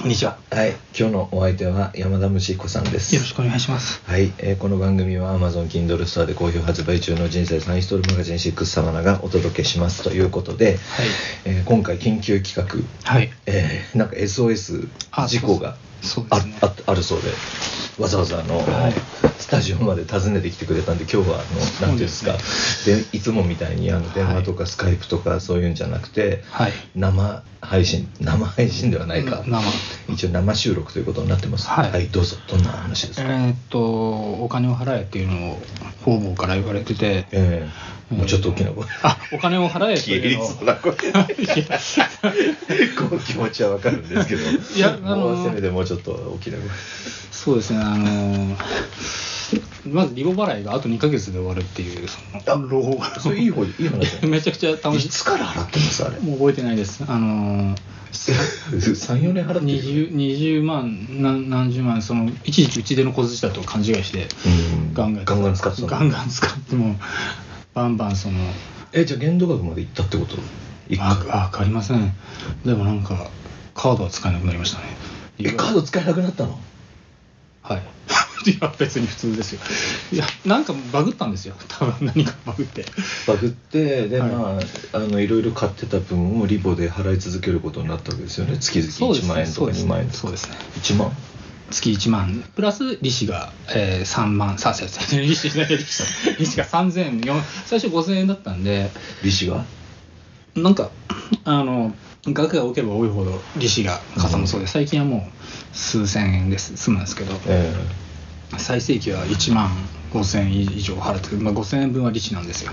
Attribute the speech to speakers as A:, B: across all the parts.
A: こんにちは。
B: はい、今日のお相手は山田虫彦さんです。
A: よろしくお願いします。
B: はい、えーこの番組は Amazon Kindle ストアで好評発売中の人生サインストールマガジン6サマナがお届けしますということで、
A: はい。
B: えー今回緊急企画、
A: はい。
B: えーなんか SOS
A: あ
B: 事故が
A: そうで
B: あ
A: すね。
B: ああるそうで、わざわざあの、
A: はい
B: スタジオまで訪ねてきてくれたんで、今日はあのなんていうんですか、でいつもみたいにあの電話とかスカイプとかそういうんじゃなくて、
A: はい。
B: 生配信生配信ではないか。
A: 生。
B: 一応生収録ということになってます。
A: はい
B: どうぞどんな話です
A: え
B: か。
A: ーっと、お金を払えっていうのを方々から言われてて、
B: ええ
A: うん
B: もうちょっと大きな声。
A: あ、お金を払えって
B: 消え
A: いう
B: り
A: のを。
B: そうな声。こう気持ちはわかるんですけど。
A: いやあの
B: もうせめてもうちょっと大きな声。
A: そうですね、あのーまずリボ払いがあと2ヶ月で終わるっていう、その朗報が
B: それいい方いい話だね。
A: めちゃくちゃ楽し
B: い
A: い。
B: つから払ってますあれ。
A: もう覚えてないです。あのー
B: 三四年払ってる。
A: 20, 20万何何十万その一時期うちでの小槌だと勘違いして
B: うん
A: ガン
B: ガ
A: ガン
B: ンガン使ってたの。
A: ガンガン使ってもバンバンその
B: えじゃあ限度額まで行ったってこと。一
A: あ
B: 回。
A: あ変わりませんでもなんかカードは使えなくなりましたね
B: えカード使えなくなったの。
A: はい いや別に普通ですよいやなんかバグったんですよ 多分何かバグって
B: バグってで、
A: はい
B: まああのいろいろ買ってた分をリボで払い続けることになったわけですよね月々1万円と
A: そう
B: か
A: です
B: 2
A: ね
B: 万円と
A: そう
B: か
A: ですね
B: 1万
A: 月1万プラス利子が、えー、3万さ せせ利子しない利子利子が3004最初5000円だったんで
B: 利子が
A: なんかあの額が多ければ多いほど利子がかさむそうで、最近はもう数千円です済むんですけど、
B: え
A: 最盛期は1万5000円以上払ってくる、まあ、5000円分は利子なんですよ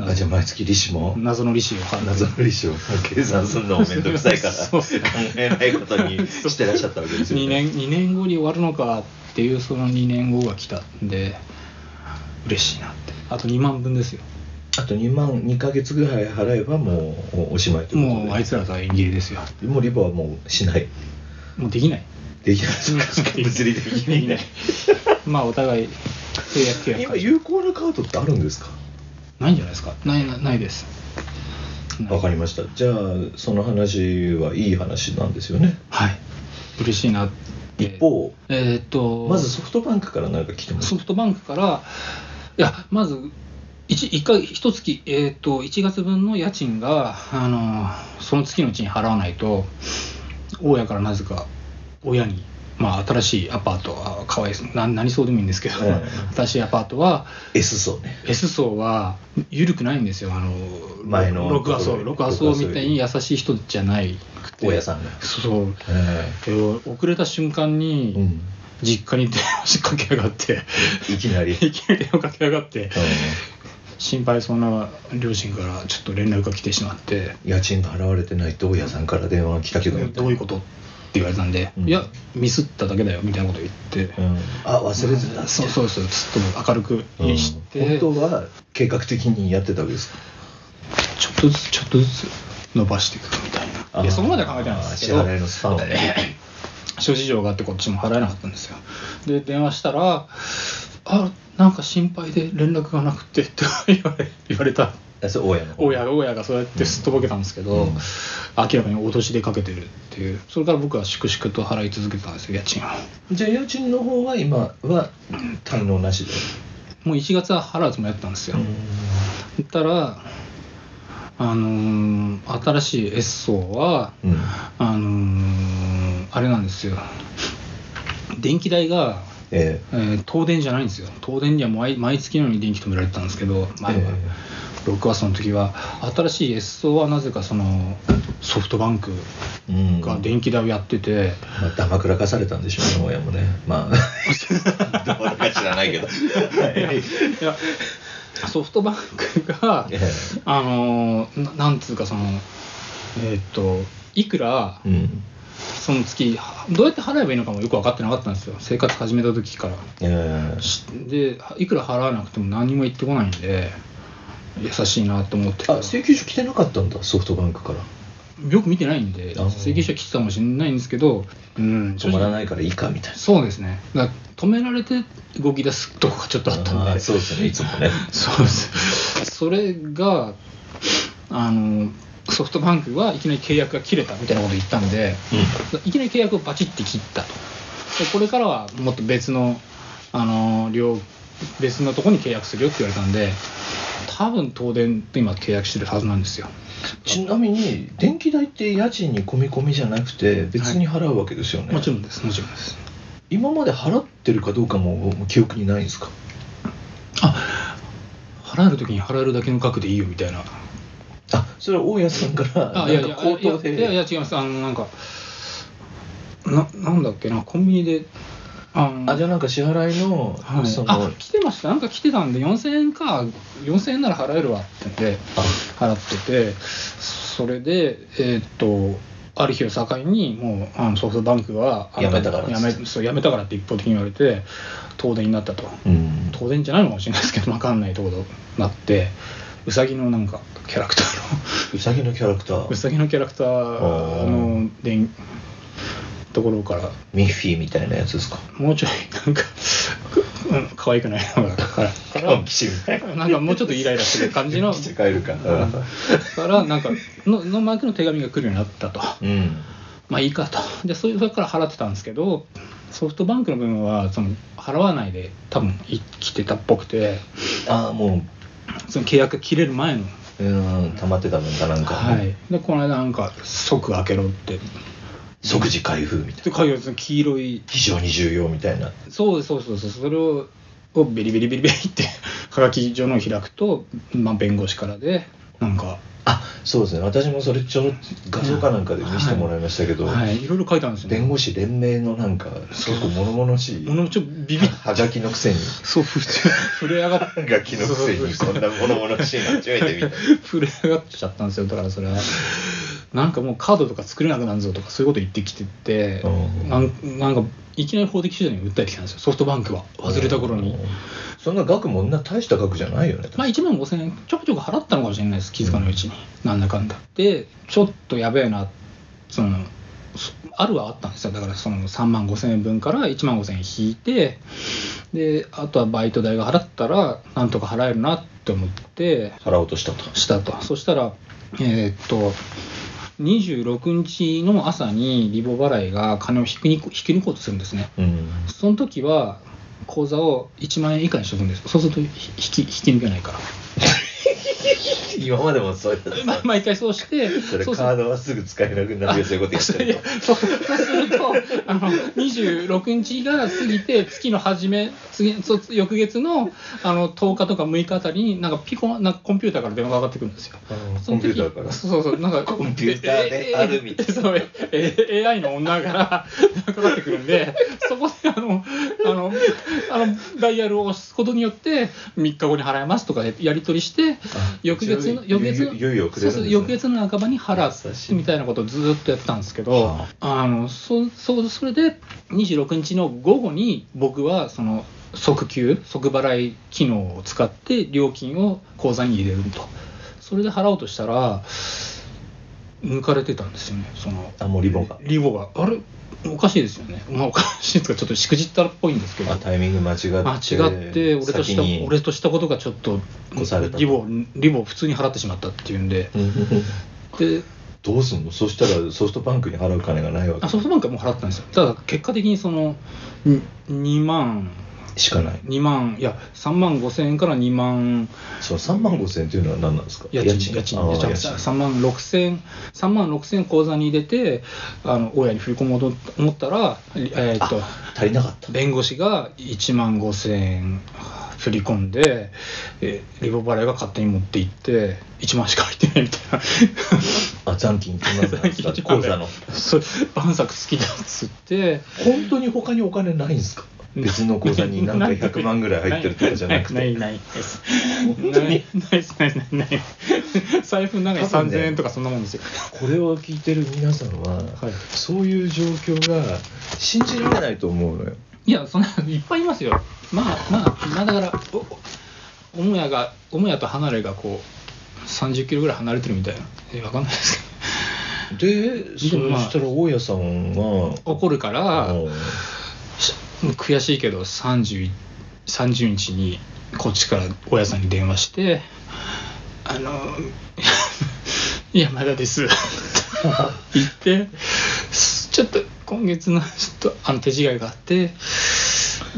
B: えあじゃあ毎月利子も
A: 謎の利子を払って
B: 謎の利 子を計算するのも面倒くさいから
A: そ
B: 考
A: うっすね
B: えないことにしてらっしゃったわけですよ
A: 2
B: ね
A: 年2年後に終わるのかっていうその2年後が来たんで嬉しいなってあと2万分ですよ
B: あと2万2か月ぐらい払えばもうおおしまいということで
A: もうあいつらとは縁切りですよ
B: もうリボはもうしない
A: もうできない
B: できないですか物理的に
A: で
B: ね
A: きないまあお互い契約契約
B: 今有効なカードってあるんですか
A: ないんじゃないですかないなないです
B: わかり
A: ま
B: ましたじゃあその話はいい話なんですよね
A: はい嬉しいなって
B: 一方
A: えーっと
B: まずソフトバンクから何か来てます
A: ソフトバンクから、いや、まず、一一回、一月、えっ、と、1月分の家賃が、あのー、その月のうちに払わないと、大家からなぜか、親に、まあ、新しいアパート、あかわいそうな、何そうでもいいんですけど、
B: え
A: 新しいアパートは、
B: S 層ね
A: S 層は、緩くないんですよ、あの、
B: 前の
A: 6波層、6波層みたいに優しい人じゃない。
B: 大家さんが
A: そう。
B: え
A: えー遅れた瞬間
B: え
A: に、
B: うん
A: 実家に電話しかけ上がって、
B: いきなり
A: いきなり電話かけ上がって
B: う
A: 心配そうな両親からちょっと連絡が来てしまって
B: ん家賃が払われてない大家さんから電話が来た
A: 「
B: けど
A: どういうこと?」って言われたんで「
B: うん
A: いやミスっただけだよ」みたいなこと言って、
B: うんあ忘れてた
A: そうそうそうずっと明るく
B: うん
A: して、
B: 本当は計画的にやってたわけですか
A: ちょっとずつちょっとずつ伸ばしていくみたいないやそこまでは考えてないんですけ
B: あ
A: ど
B: ー支払いのスパンをね
A: 諸事情があってこっちも払えなかったんですよで電話したら「あなんか心配で連絡がなくて」って言われ 言われた
B: あそれ大家の方
A: 親が親がそうやってすっとぼけたんですけど、
B: うん
A: 明らかに脅しでかけてるっていうそれから僕は粛々と払い続けてたんですよ家賃を
B: じゃあ家賃の方は今は滞納なしで
A: もう1月は払うつもりだったんですよ、そしたらあのー新しい S 層は
B: うん
A: あのーあれなんですよ電気代が、
B: え
A: えー東電じゃないんですよ東電には毎毎月のように電気止められてたんですけど
B: え
A: 前は、
B: ええ
A: 6月の時は新しい S 層はなぜかそのソフトバンク
B: うん
A: が電気代をやっ てて、
B: まあ、だまくらかされたんでしょうね、親もね。ま あ、どうか知らないけど。
A: いやソフトバンクが
B: え
A: あのーななんつうかそのえーっといくら
B: えうん。
A: その月どうやって払えばいいのかもよく分かってなかったんですよ生活始めた時から
B: ええ
A: しでいくら払わなくても何も言ってこないんで優しいなと思って
B: あ、請求書来てなかったんだ、ソフトバンクから。
A: よく見てないんで
B: あー
A: 請求書来てたかもしれないんですけどうん
B: 止まらないからいいかみたいな。
A: そうですねだから止められて動き出すとこがちょっとあったん
B: あ
A: で
B: ーそうですね、いつもね。
A: そうです。それが、あの、ソフトバンクはいきなり契約が切れたみたいなこと言ったんで、いきなり契約をバチって切ったと。でこれからはもっと別の、あのー料別のとこに契約するよって言われたんで、多分東電と今契約してるはずなんですよ。
B: ちなみに電気代って家賃に込み込みじゃなくて別に払うわけですよね、
A: もちろんです、もちろんです。
B: 今まで払ってるかどうかももう記憶にないんですか
A: あ払えるときに払えるだけの額でいいよみたいな。
B: あそれは大家さんから
A: あ、い
B: な
A: や
B: ん
A: い
B: か
A: や、
B: 口頭
A: いやいや
B: で
A: 違います。あの、なんか、な、なんだっけな、コンビニで、あの
B: あじゃあなんか支払いの、
A: はい
B: その
A: あ来てましたなんか来てたんで4000円か4000円なら払えるわってんで
B: あ
A: 払っててそれでえーっとある日を境にもうあのソフトバンクはあの
B: やめたからっつって
A: やめそうやめたからって一方的に言われて東電になったと
B: うん
A: 東電じゃないのかもしれないですけど分かんないってことになってうさぎのなんかキャラクターの
B: うさぎのキャラクタ
A: う
B: ー
A: さぎのキャラクターのでんところから
B: ミッフィーみたいなやつですか
A: もうちょいなんか、うん、可愛くないのがから
B: から騎士みたいな
A: なんかもうちょっとイライラする感じの
B: 騎士帰るか
A: からなんかののマークの手紙が来るようになったと
B: うん、うん
A: まあいいかとでそういうそれから払ってたんですけどソフトバンクの分はその払わないで多分生きてたっぽくて
B: ああも
A: その契約が切れる前の
B: ううん溜まってた分かなんか、
A: はいでこの間なんか即開けろって
B: 即時開封みたい
A: で
B: な
A: 海外の黄色い
B: 非常に重要みたいな
A: そうそうそうそうそれををビリビリビリビリってはがき上のを開くと、まあ、弁護士からでなんか
B: あそうですね私もそれちょろっと画像かなんかで見せてもらいましたけど、
A: はいいろいろ書いてあるんですよね
B: 弁護士連盟のなんかすごく物々しい
A: ものちょっとビビっ
B: はがきのくせに
A: そう、ふ震え上がっ
B: はがきのくせにこんな物々しいの初め て見た
A: 震え上がっちゃったんですよ、だからそれは。なんかもうカードとか作れなくなるぞとかそういうこと言ってきてて、
B: うん
A: なんなんかいきなり法的手段に訴えてきたんですよ、ソフトバンクは。忘れた頃に。
B: そんな額もんな大した額じゃないよね、
A: まあ1万5000円ちょくちょく払ったのかもしれないです、気づかないうちに。なんだかんだ。で、ちょっとやべえな、その、そあるはあったんですよ。だからその3万5000円分から1万5000円引いて、で、あとはバイト代が払ったら、なんとか払えるなって思って、
B: 払おうとしたと
A: したとそしたらえーっと26日の朝にリボ払いが金を引きに引き抜こうとするんですね
B: うん
A: その時は口座を1万円以下にしとくんですそうするとひ引き引き抜けないから
B: 今までもそうやった
A: ま毎回そうして
B: それカ
A: そうす
B: ー
A: る
B: ドはすぐ使えなくなるよそういうことやって
A: い
B: る
A: やそうそうするとあの26日が過ぎて月の初め次そう翌月のあの10日とか6日あたりになんかピコなんかコンピューターから電話がかかってくるんですよ
B: とあの
A: そ
B: コン
A: の
B: ピュ
A: 時
B: ーターから
A: そうそうそうなんか
B: コンピューターであるみたいな
A: えええそうええ AI の女からかかってくるんでそこであのあのあのダイヤルを押すことによって3日後に払いますとかやり取りして翌月の
B: 一応
A: 翌月の
B: 猶予猶予をくれ
A: そ
B: るんですね
A: うそう翌月の半ばに
B: 優
A: 払
B: しいう
A: みたいなことをずっとやってたんですけど
B: は
A: あのそそそれで26日の午後に僕はその即給即払い機能を使って料金を口座に入れるとそれで払おうとしたら抜かれてたんですよねその
B: あもうリボンが
A: リボがあれおかしいですよね、まあ、おかしいですかちょっとしくじったっぽいんですけど
B: あタイミング間違って
A: 間違って俺と
B: 先
A: した
B: に
A: 俺としたことがちょっと
B: 越されたと
A: リボリボを普通に払ってしまったっていうんで
B: うん
A: で
B: どうすんのそしたらソフトバンクに払う金がないわ
A: あソフトバンクはもう払ったんですよただ結果的にそのに2万
B: けしかない
A: 2万いや3万5千円から2万
B: そう3万5千円というのは何なんですか
A: 家賃家賃
B: ああ
A: 家賃3万6千3万6千口座に入れてあの大家に振り込もうと思ったらえーっと
B: 足りなかった
A: 弁護士が1万5千円振り込んで、えーリボ払いが勝手に持って行って1万しか入ってないみたいな
B: あ残金決まったんですか口座の
A: そう晩作好きだっつって
B: 本当に他にお金ないんですか別の口座になんか100万ぐらい入ってるとかじゃなくて
A: ないないないです
B: 本当に
A: ないないですないですないです財布の中に
B: 多分ね
A: 3000円とかそんなもんですよ
B: これを聞いてる皆さんは、
A: はい
B: そういう状況が信じられないと思うのよ
A: いやそんないっぱいいますよまあまあまあだからおお母屋が母屋と離れがこう30キロぐらい離れてるみたいなえ分かんないですけ
B: でそ
A: まあ
B: したら大家さんが
A: ど怒るから
B: うん
A: し悔しいけど 30, 30日にこっちから大家さんに電話して「あの いや、ま だです。言って、ちょっと今月のちょっとあの手違いがあって、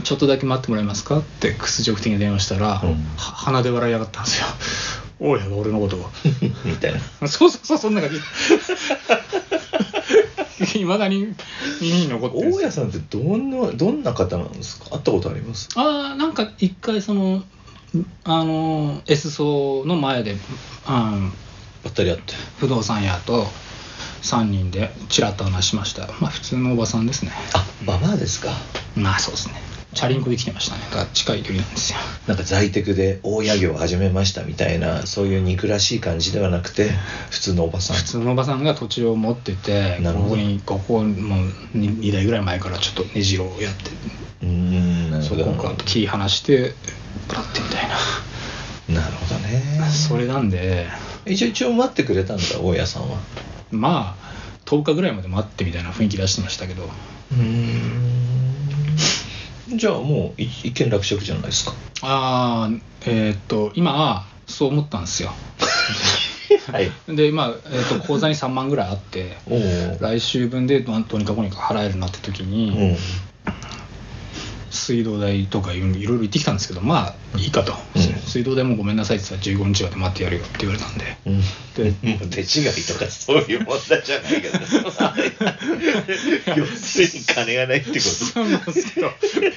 A: ちょっとだけ待ってもらえますかって屈辱的に電話したら、
B: うん
A: は鼻で笑いやがったんですよ。大家が俺のことを。
B: みたいな。
A: そうそうそう、そんな感 じ。いまだに耳に残ってるんで
B: 大
A: す
B: 家さんってどんなどんな方なんですか会ったことあります
A: ああなんか一回そのあの S 層の前であの
B: ばったり会って
A: 不動産屋と3人でちらっと話しましたまあ普通のおばさんですね
B: あババアですか
A: まあそうですねチャリンコで来てましたねだから近い距離なんですよ
B: なんか在宅で大家業を始めましたみたいなそういう憎らしい感じではなくて普通のおばさん
A: 普通のおばさんが土地を持ってて
B: なるほど
A: ここにここもう 2, 代ぐらい前からちょっと根城をやって
B: うーんなるほ
A: そ
B: ど
A: こから切り離してプラってみたい
B: なるほどね
A: なそれなんで
B: 一応一応待ってくれたんだ大家さんは
A: まあ10日ぐらいまで待ってみたいな雰囲気出してましたけど
B: うーんじゃあもうい一見落着じゃないですか
A: ああえーっと今そう思ったんですよ
B: はい
A: でまあ、えーっと口座に3万ぐらいあって
B: おお
A: 来週分でまあどうにかこうにか払えるなって時に、
B: うん
A: 水道代とかいろいろ言ってきたんですけどまあいいかと、
B: うん
A: 水道代もごめんなさいって言ったら15日まで待ってやるよって言われた んで
B: うん
A: で
B: もう手違いとかそういう問題じゃない けど要するに金がないってこ
A: そうなんですけど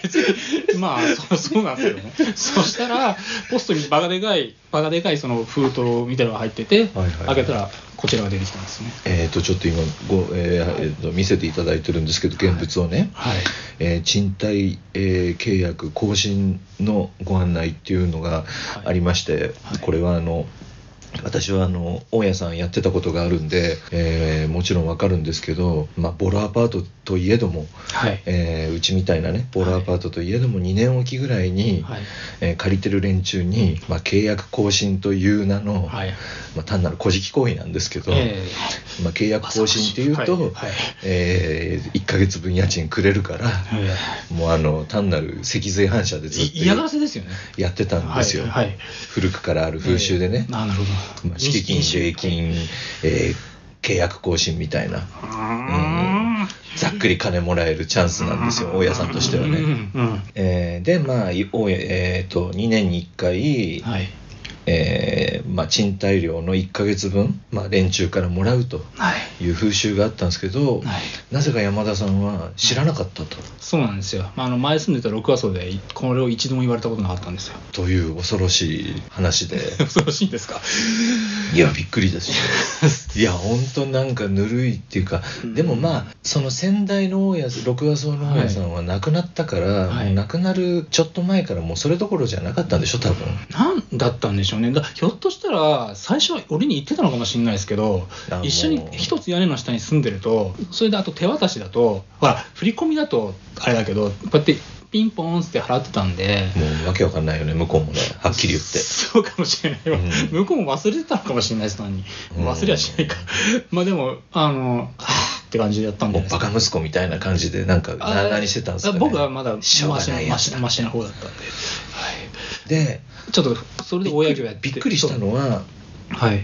A: 別にまあそう そうなんですけどねそしたらポストにバカでかいバカでかいその封筒みたいなのが入ってて、
B: はいはいはい
A: 開けたらこちらが出てきたんですね
B: えっとちょっと今ご、えーえーと見せていただいてるんですけど現物をね、
A: はい
B: えー賃貸、えー契約更新のご案内っていうのがありまして、
A: はい
B: これはあの私はあの大家さんやってたことがあるんで、えーもちろんわかるんですけど、まあ、ボロアパートといえども、
A: はい
B: えーうちみたいなねボロアパートといえども2年おきぐらいに、
A: はい
B: えー借りてる連中に、まあ、契約更新という名の、
A: はい
B: まあ、単なる古事記行為なんですけど、
A: え
B: まあ、契約更新っていうと、
A: はいはい
B: え1ヶ月分家賃くれるから、
A: ええ
B: もうあの単なる脊髄反射で
A: え
B: ずっ
A: 嫌がら
B: と
A: せですよね
B: やってたんですよ、
A: はいはい
B: 古くからある風習でね、
A: ええあなるほど
B: まあ、敷金収益金、えー契約更新みたいな
A: うーん
B: ざっくり金もらえるチャンスなんですよ大家さんとしては
A: う
B: ね。
A: んうん
B: えーでまあい大家えー、と2年に1回、
A: はい
B: えーまあ、賃貸料の1ヶ月分、まあ、連中からもらうと
A: はい
B: いう風習があったんですけど、
A: はい
B: なぜか山田さんは知らなかったと。
A: そうなんですよ、まあ、あの前住んでた六和荘でこれを一度も言われたことなかったんですよ
B: という恐ろしい話 で
A: 恐ろしいんですか
B: いやびっくりですよ いや本当なんかぬるいっていうか、
A: うん
B: でもまあその先代の大家さん六和荘の大家さんは亡くなったから、
A: はい
B: もう亡くなるちょっと前からもうそれどころじゃなかったんでしょ多分
A: なんだったんでしょうねだひょっとしたら最初は俺に言ってたのかもしれないですけど
B: あ
A: 一緒に
B: もう
A: 一つ屋根の下に住んでるとそれであと手渡しだとほら振り込みだとあれだけどこうやってピンポーンって払ってたんで
B: もうわけわかんないよね向こうもねはっきり言って
A: そうかもしれないわ、
B: うん
A: 向こうも忘れてたのかもしれないです何に
B: うん
A: 忘れはしないか まあでもあのあーって感じだったん
B: も
A: で
B: うバカ息子みたいな感じでなんかなあなあにしてたんですか、ね、
A: 僕はまだマ
B: し
A: シ
B: ょう
A: な
B: がないや
A: マ
B: つ
A: シ
B: だ
A: なマシな方だったんで、
B: で
A: ちょっとそれで親業やって
B: びっくりしたのは
A: そうはい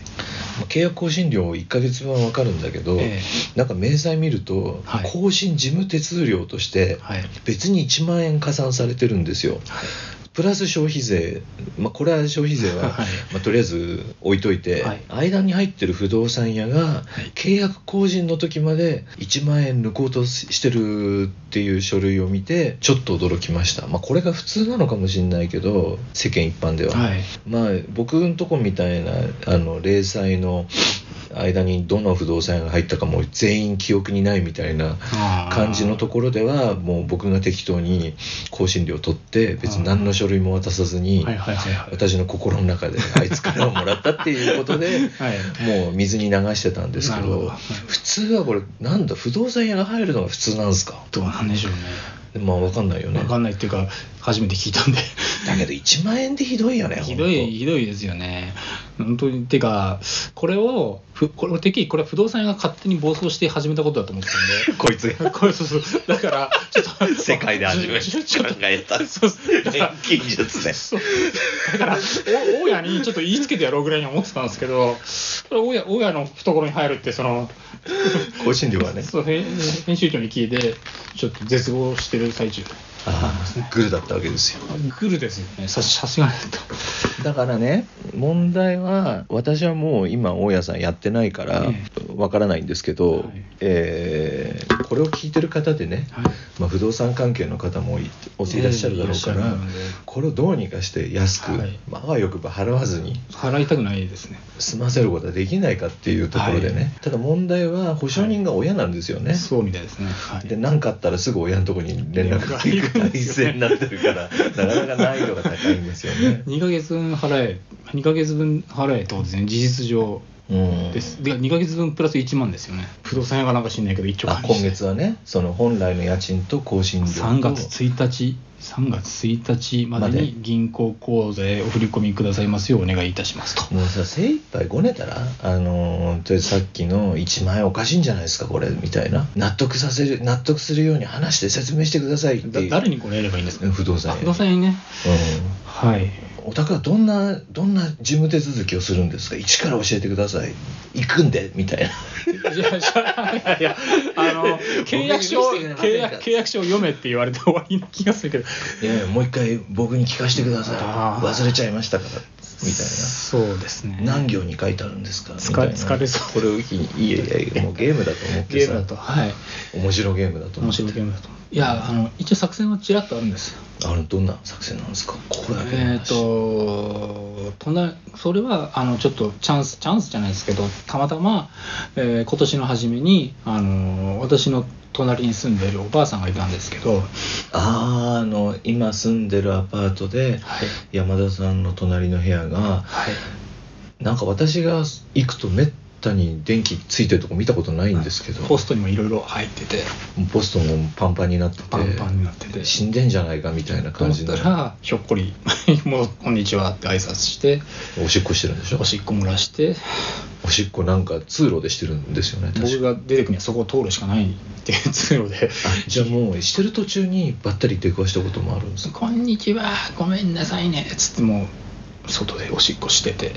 B: まあ契約更新料1か月分は分かるんだけど、
A: ええ
B: なんか明細見ると、
A: はい
B: 更新事務手数料として
A: はい
B: 別に1万円加算されてるんですよ。プラス消費税、まあ、これは消費税は、
A: はい
B: まあ、とりあえず置いといて、
A: はい
B: 間に入ってる不動産屋が
A: い
B: 契約更新の時まで1万円抜こうとしてるっていう書類を見てちょっと驚きました、まあ、これが普通なのかもしれないけど世間一般では、
A: はい
B: まあ僕んとこみたいなあの零細の間にどの不動産屋が入ったかも全員記憶にないみたいな感じのところではもう僕が適当に更新料取って別に何の書類も渡さずに
A: はいはいはいはい
B: 私の心の中であいつからもらったっていうことで
A: はい
B: もう水に流してたんですけ
A: なるほ
B: ど
A: どはい
B: 普通はこれなんだ不動産屋が入るのが普通なんですか
A: どうなんでしょうね
B: まあ分かんないよね
A: 分かんないっていうか初めて聞いたんで
B: だけど1万円でひどいよね
A: ひどいひどいですよね本当にてかこれをふこれてっきりこれは不動産屋が勝手に暴走して始めたことだと思ってた
B: こいつが
A: んでこれそうそうだからちょっと
B: 世界で初めて考えた
A: そう そうだから
B: 錬金術ね
A: そうだからお大家にちょっと言いつけてやろうぐらいに思ってたんですけどそれ大家大家の懐に入るってその
B: 香辛料はね
A: そう編編集長に聞いてちょっと絶望してる最中
B: ああグルだったわけですよ
A: グルですよねささすがにと
B: だからね問題は私はもう今大家さんやってないから
A: え
B: わからないんですけど、
A: はい
B: えーこれを聞いてる方でね、
A: はい
B: まあ、不動産関係の方もいおいらっしゃるだろうから、
A: ええいらっしゃるので
B: これをどうにかして安く、
A: はい
B: まああわよくば払わずに
A: 払いたくないですね
B: 済ませることはできないかっていうところでね、
A: はい
B: ただ問題は保証人が親なんですよね。
A: そうみたいですね、はい、
B: で何かあったらすぐ親のとこに連絡が行く
A: 連絡が行くん
B: 体
A: です
B: 制
A: よね
B: になってるからなかなか難易度が高いんですよ ね。
A: 2ヶ月分払え2ヶ月分払えってことですね事実上
B: うん
A: です、で2ヶ月分プラス1万ですよね不動産屋がなんか知んないけど一応
B: あ今月はねその本来の家賃と更新料と
A: 3月1日3月1日までに銀行口座へお振り込みくださいますようお願いいたしますと
B: もうさ精一杯ごねたらあのーでさっきの1万円おかしいんじゃないですかこれみたいな納得させる納得するように話して説明してくださいって
A: だ
B: いう
A: 誰にこれやればいいんですか
B: 不動産
A: あ
B: 屋
A: 不動産屋にねはい
B: うん、お宅はどんなどんな事務手続きをするんですか一から教えてください行くんでみたいな
A: いやいやいやあの契約書を
B: 僕に見せてくれ
A: 契
B: ません
A: 約
B: か
A: 契約書を読めって言われて終わりな気がするけど
B: いやいやもう一回僕に聞かせてください
A: あー
B: 忘れちゃいましたからみたいな
A: そうですね
B: 何行に書いてあるんですか
A: 疲
B: みたいな
A: 疲れそう
B: これを機にいやいやいやもうゲームだと思って
A: ゲー
B: さ
A: ムだとはい
B: 面白いゲームだと思
A: 面
B: って
A: 白いゲームだといやあの一応作戦はちらっとあるんです
B: あれどんな作戦なんですかこれだけの
A: えっ、
B: 話
A: と隣それはあのちょっとチャンスチャンスじゃないですけどたまたま、えー今年の初めにあの私の隣に住んでいるおばあさんがいたんですけど、はい、
B: あーあの今住んでるアパートで山田さんの隣の部屋が
A: はい、
B: なんか私が行くとめったに電気ついてるとこ見たことないんですけど
A: ポストにもいろいろ入ってて
B: ポストもパンパンになってて
A: パンパンになってて。
B: 死んでんじゃないかみたいな
A: と
B: 感
A: 思っ
B: じ
A: た
B: の
A: らひょっこり 「もうこんにちは」って挨拶して
B: おしっこしてるんでしょ
A: おしっこ漏らして
B: おしっこなんか通路でしてるんですよね確か
A: 僕が出てくにはそこを通るしかないっていう通路で
B: あじゃあもうしてる途中にばったり出くわしたこともあるんです
A: 「
B: か
A: こんにちはごめんなさいね」っつってもう外でおしっこしてて